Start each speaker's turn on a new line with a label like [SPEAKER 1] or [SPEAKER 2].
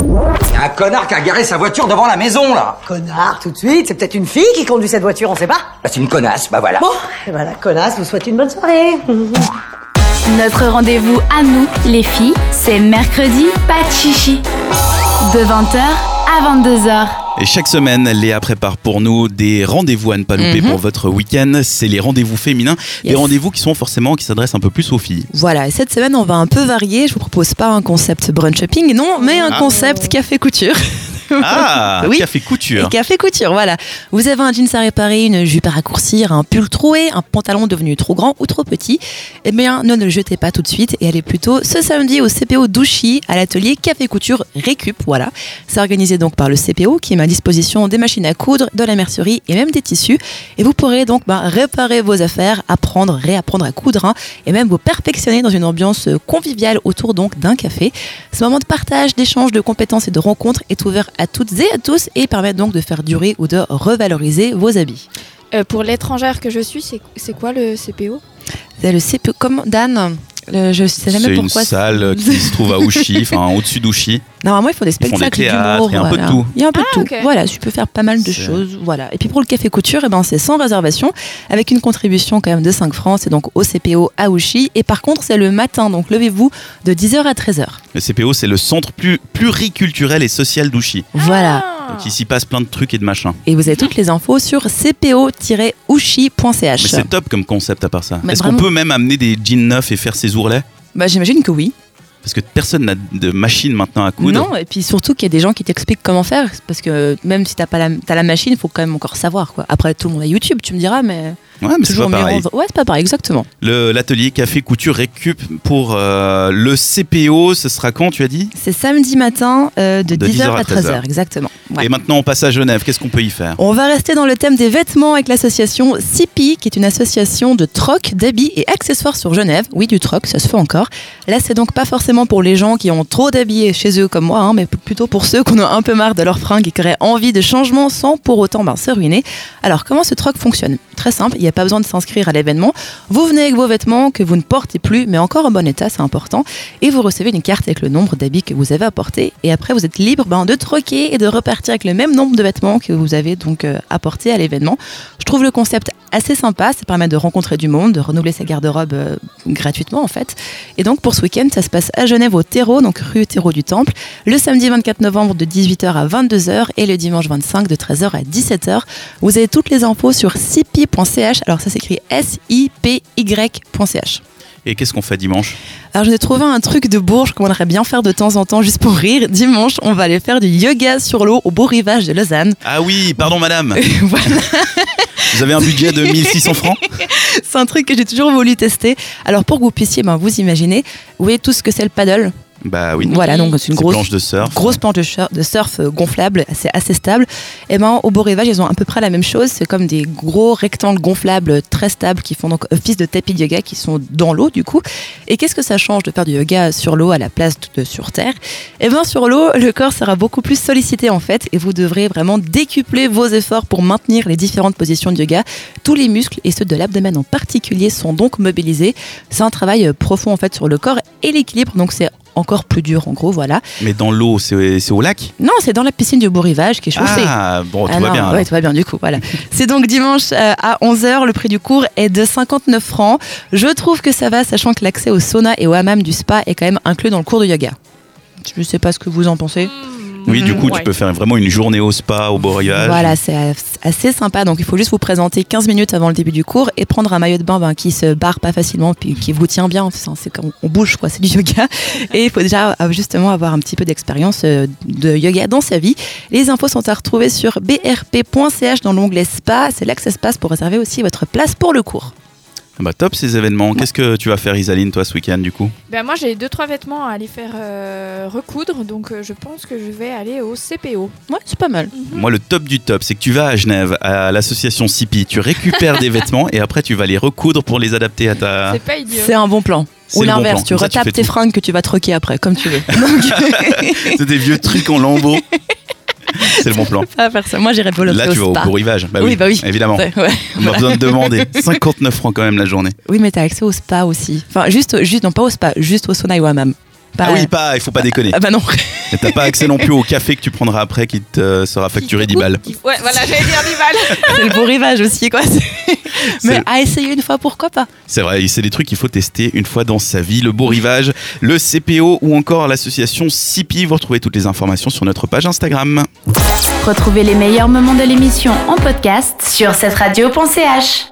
[SPEAKER 1] Il y a un connard qui a garé sa voiture devant la maison, là
[SPEAKER 2] Connard, tout de suite, c'est peut-être une fille qui conduit cette voiture, on sait pas.
[SPEAKER 1] Bah, c'est une connasse, bah voilà.
[SPEAKER 2] Bon, et ben la connasse vous souhaite une bonne soirée.
[SPEAKER 3] Notre rendez-vous à nous, les filles, c'est mercredi, pas de chichi. De 20h à 22h.
[SPEAKER 4] Et chaque semaine, Léa prépare pour nous des rendez-vous à ne pas louper
[SPEAKER 5] Mhm.
[SPEAKER 4] pour votre week-end. C'est les rendez-vous féminins, des
[SPEAKER 5] Yes.
[SPEAKER 4] rendez-vous qui sont forcément qui s'adressent un peu plus aux filles.
[SPEAKER 5] Voilà, et cette semaine, on va un peu varier. Je vous propose pas un concept brunch shopping, non, mais un
[SPEAKER 4] Ah.
[SPEAKER 5] concept café couture.
[SPEAKER 4] Ah,
[SPEAKER 5] Oui.
[SPEAKER 4] café
[SPEAKER 5] Et
[SPEAKER 4] couture.
[SPEAKER 5] café couture, voilà. Vous avez un jeans à réparer, une jupe à raccourcir, un pull troué, un pantalon devenu trop grand ou trop petit. Eh bien, ne le jetez pas tout de suite et allez plutôt ce samedi au CPO d'Ouchy à l'atelier Café Couture Récup. Voilà. C'est organisé donc par le CPO qui met à disposition des machines à coudre, de la mercerie et même des tissus. Et vous pourrez donc bah, réparer vos affaires, apprendre, réapprendre à coudre hein, et même vous perfectionner dans une ambiance euh, conviviale autour donc d'un café. Ce moment de partage, d'échange, de compétences et de rencontres est ouvert à toutes et à tous et permet donc de faire durer ou de revaloriser vos habits.
[SPEAKER 6] Euh, pour l'étrangère que je suis, c'est c'est quoi le CPO
[SPEAKER 5] C'est le CPE comme Dan. le- je sais
[SPEAKER 4] C'est
[SPEAKER 5] jamais
[SPEAKER 4] une
[SPEAKER 5] pourquoi.
[SPEAKER 4] salle qui se trouve à Ouchy, enfin au-dessus d'Ouchy.
[SPEAKER 5] Normalement, ils font des
[SPEAKER 4] Ils font des
[SPEAKER 5] spectacles
[SPEAKER 4] théâtres,
[SPEAKER 5] d'humour,
[SPEAKER 4] il y a un peu de
[SPEAKER 5] voilà.
[SPEAKER 4] tout.
[SPEAKER 5] Il y a un peu
[SPEAKER 6] Ah,
[SPEAKER 5] de tout.
[SPEAKER 6] ok.
[SPEAKER 5] Voilà, tu peux faire pas mal de
[SPEAKER 4] C'est-
[SPEAKER 5] choses. Voilà. Et puis pour le café couture, eh ben, c'est sans réservation, avec une contribution quand même de 5 francs. C'est donc au CPO à Ouchy. Et par contre, c'est le matin, donc levez-vous de 10h à 13h.
[SPEAKER 6] Ah.
[SPEAKER 4] Le CPO, c'est le centre plus pluriculturel et social d'Ouchy.
[SPEAKER 5] Voilà.
[SPEAKER 6] Ah.
[SPEAKER 4] Donc il s'y passe plein de trucs et de machins.
[SPEAKER 5] Et vous avez toutes les infos sur
[SPEAKER 4] Mais
[SPEAKER 5] cpo-ouchy.ch.
[SPEAKER 4] c'est top comme concept à part ça.
[SPEAKER 5] Mais
[SPEAKER 4] Est-ce qu'on
[SPEAKER 5] vraiment.
[SPEAKER 4] peut même amener des jeans neufs et faire ses ourlets
[SPEAKER 5] Bah, J'imagine que oui.
[SPEAKER 4] Parce que personne n'a de machine maintenant à coudre.
[SPEAKER 5] Non, et puis surtout qu'il y a des gens qui t'expliquent comment faire, parce que même si t'as pas la, t'as la machine, il faut quand même encore savoir. Quoi. Après, tout le monde a YouTube, tu me diras, mais
[SPEAKER 4] Ouais, mais c'est
[SPEAKER 5] toujours
[SPEAKER 4] pas
[SPEAKER 5] mieux
[SPEAKER 4] pareil.
[SPEAKER 5] en- Ouais, c'est pas pareil, exactement.
[SPEAKER 4] Le- L'atelier café couture récup pour euh, le CPO, ce sera quand tu as dit
[SPEAKER 5] C'est samedi matin euh, de,
[SPEAKER 4] De
[SPEAKER 5] 10h
[SPEAKER 4] 10h
[SPEAKER 5] à
[SPEAKER 4] à
[SPEAKER 5] 13h, exactement. Ouais.
[SPEAKER 4] Et maintenant on passe à Genève, qu'est-ce qu'on peut y faire
[SPEAKER 5] On va rester dans le thème des vêtements avec l'association CIPI, qui est une association de troc, d'habits et accessoires sur Genève. Oui, du troc, ça se fait encore. Là, c'est donc pas forcément pour les gens qui ont trop d'habits chez eux comme moi, hein, mais p- plutôt pour ceux qu'on a un peu marre de leurs fringues et qui auraient envie de changement sans pour autant ben, se ruiner. Alors, comment ce troc fonctionne Très simple, il n'y a pas besoin de s'inscrire à l'événement. Vous venez avec vos vêtements que vous ne portez plus, mais encore en bon état, c'est important. Et vous recevez une carte avec le nombre d'habits que vous avez apportés. Et après, vous êtes libre ben, de troquer et de repartir avec le même nombre de vêtements que vous avez donc euh, apportés à l'événement. Je trouve le concept assez sympa. Ça permet de rencontrer du monde, de renouveler sa garde-robe euh, gratuitement en fait. Et donc pour ce week-end, ça se passe à Genève au Terreau, donc rue Terreau du Temple, le samedi 24 novembre de 18h à 22h et le dimanche 25 de 13h à 17h. Vous avez toutes les infos sur sipi.ch. Alors ça s'écrit S-I-P-Y.ch.
[SPEAKER 4] Et qu'est-ce qu'on fait dimanche
[SPEAKER 5] Alors je ai trouvé un truc de Bourges qu'on aimerait bien faire de temps en temps juste pour rire. Dimanche, on va aller faire du yoga sur l'eau au beau rivage de Lausanne.
[SPEAKER 4] Ah oui, pardon madame,
[SPEAKER 5] voilà,
[SPEAKER 4] vous avez un budget de 1600 francs
[SPEAKER 5] c'est un truc que j'ai toujours voulu tester. Alors pour que vous puissiez ben, vous imaginer, vous voyez tout ce que c'est le paddle.
[SPEAKER 4] Bah oui,
[SPEAKER 5] Voilà, donc c'est une
[SPEAKER 4] C'est
[SPEAKER 5] grosse
[SPEAKER 4] planche de surf.
[SPEAKER 5] grosse planche de surf, de surf euh, gonflable, c'est assez stable. Et ben au beau rivage, ils ont à peu près la même chose. C'est comme des gros rectangles gonflables très stables qui font donc office de tapis de yoga qui sont dans l'eau du coup. Et qu'est-ce que ça change de faire du yoga sur l'eau à la place de sur terre Et bien sur l'eau, le corps sera beaucoup plus sollicité en fait, et vous devrez vraiment décupler vos efforts pour maintenir les différentes positions de yoga. Tous les muscles et ceux de l'abdomen en particulier sont donc mobilisés. C'est un travail euh, profond en fait sur le corps et l'équilibre, donc c'est encore plus dur en gros, voilà.
[SPEAKER 4] Mais dans l'eau, c'est c'est au lac
[SPEAKER 5] Non, c'est dans la piscine du Beau Rivage qui est chauffée.
[SPEAKER 4] Ah, bon, tout
[SPEAKER 5] Ah
[SPEAKER 4] va
[SPEAKER 5] non,
[SPEAKER 4] bien. alors.
[SPEAKER 5] ouais, tout va bien du coup, voilà. C'est donc dimanche euh, à 11h, le prix du cours est de 59 francs. Je trouve que ça va, sachant que l'accès au sauna et au hammam du spa est quand même inclus dans le cours de yoga. Je ne sais pas ce que vous en pensez.
[SPEAKER 4] Oui, du coup, tu
[SPEAKER 6] Ouais.
[SPEAKER 4] peux faire vraiment une journée au spa, au borillage.
[SPEAKER 5] Mhm. Voilà, c'est euh, assez sympa. Donc, il faut juste vous présenter 15 minutes avant le début du cours et prendre un maillot de bain ben, qui se barre pas facilement puis qui vous tient bien. Enfin, C'est comme on bouge, quoi. C'est du yoga. Et il faut déjà euh, justement avoir un petit peu d'expérience euh, de yoga dans sa vie. Les infos sont à retrouver sur brp.ch dans l'onglet spa. C'est là que ça se passe pour réserver aussi votre place pour le cours.
[SPEAKER 4] Ah Bah top ces événements. Qu'est-ce que tu vas faire Isaline toi ce week-end du coup
[SPEAKER 6] Ben, moi, j'ai deux, trois vêtements à aller faire euh, recoudre, donc euh, je pense que je vais aller au CPO.
[SPEAKER 5] Ouais, c'est pas mal.
[SPEAKER 4] Moi le top du top c'est que tu vas à Genève à l'association Sipi, tu récupères des vêtements et après tu vas les recoudre pour les adapter à ta...
[SPEAKER 6] C'est pas idiot.
[SPEAKER 5] C'est un bon plan.
[SPEAKER 4] C'est
[SPEAKER 5] Ou
[SPEAKER 4] le bon
[SPEAKER 5] l'inverse,
[SPEAKER 4] plan.
[SPEAKER 5] tu
[SPEAKER 4] Comme ça,
[SPEAKER 5] retapes
[SPEAKER 4] fais
[SPEAKER 5] tes
[SPEAKER 4] tout.
[SPEAKER 5] fringues que tu vas troquer après, comme tu veux. Donc,
[SPEAKER 4] C'est des vieux trucs en lambeaux. c'est le bon plan.
[SPEAKER 5] pas faire ça. Moi, j'irai volontiers
[SPEAKER 4] Là tu vas
[SPEAKER 5] au
[SPEAKER 4] au
[SPEAKER 5] spa.
[SPEAKER 4] bourrivage. Bah
[SPEAKER 5] Oui, bah oui.
[SPEAKER 4] Évidemment.
[SPEAKER 5] Ouais, ouais.
[SPEAKER 4] On a besoin de demander. 59 francs quand même la journée.
[SPEAKER 5] Oui, mais t'as accès au spa aussi. Enfin, juste, juste non, pas au spa, juste au sauna et au hammam.
[SPEAKER 4] Ah oui, pas, il faut pas déconner.
[SPEAKER 5] Ah bah non.
[SPEAKER 4] Et T'as pas accès non plus au café que tu prendras après qui te sera facturé 10 balles.
[SPEAKER 6] Ouais, voilà, j'allais dire 10 balles.
[SPEAKER 5] C'est le beau rivage aussi, quoi. C'est- Mais
[SPEAKER 4] C'est-
[SPEAKER 5] à essayer une fois, pourquoi pas
[SPEAKER 4] C'est vrai, et c'est des trucs qu'il faut tester une fois dans sa vie. Le beau rivage, le CPO ou encore l'association CIPI. Vous retrouvez toutes les informations sur notre page Instagram.
[SPEAKER 3] Retrouvez les meilleurs moments de l'émission en podcast sur cette radio.ch.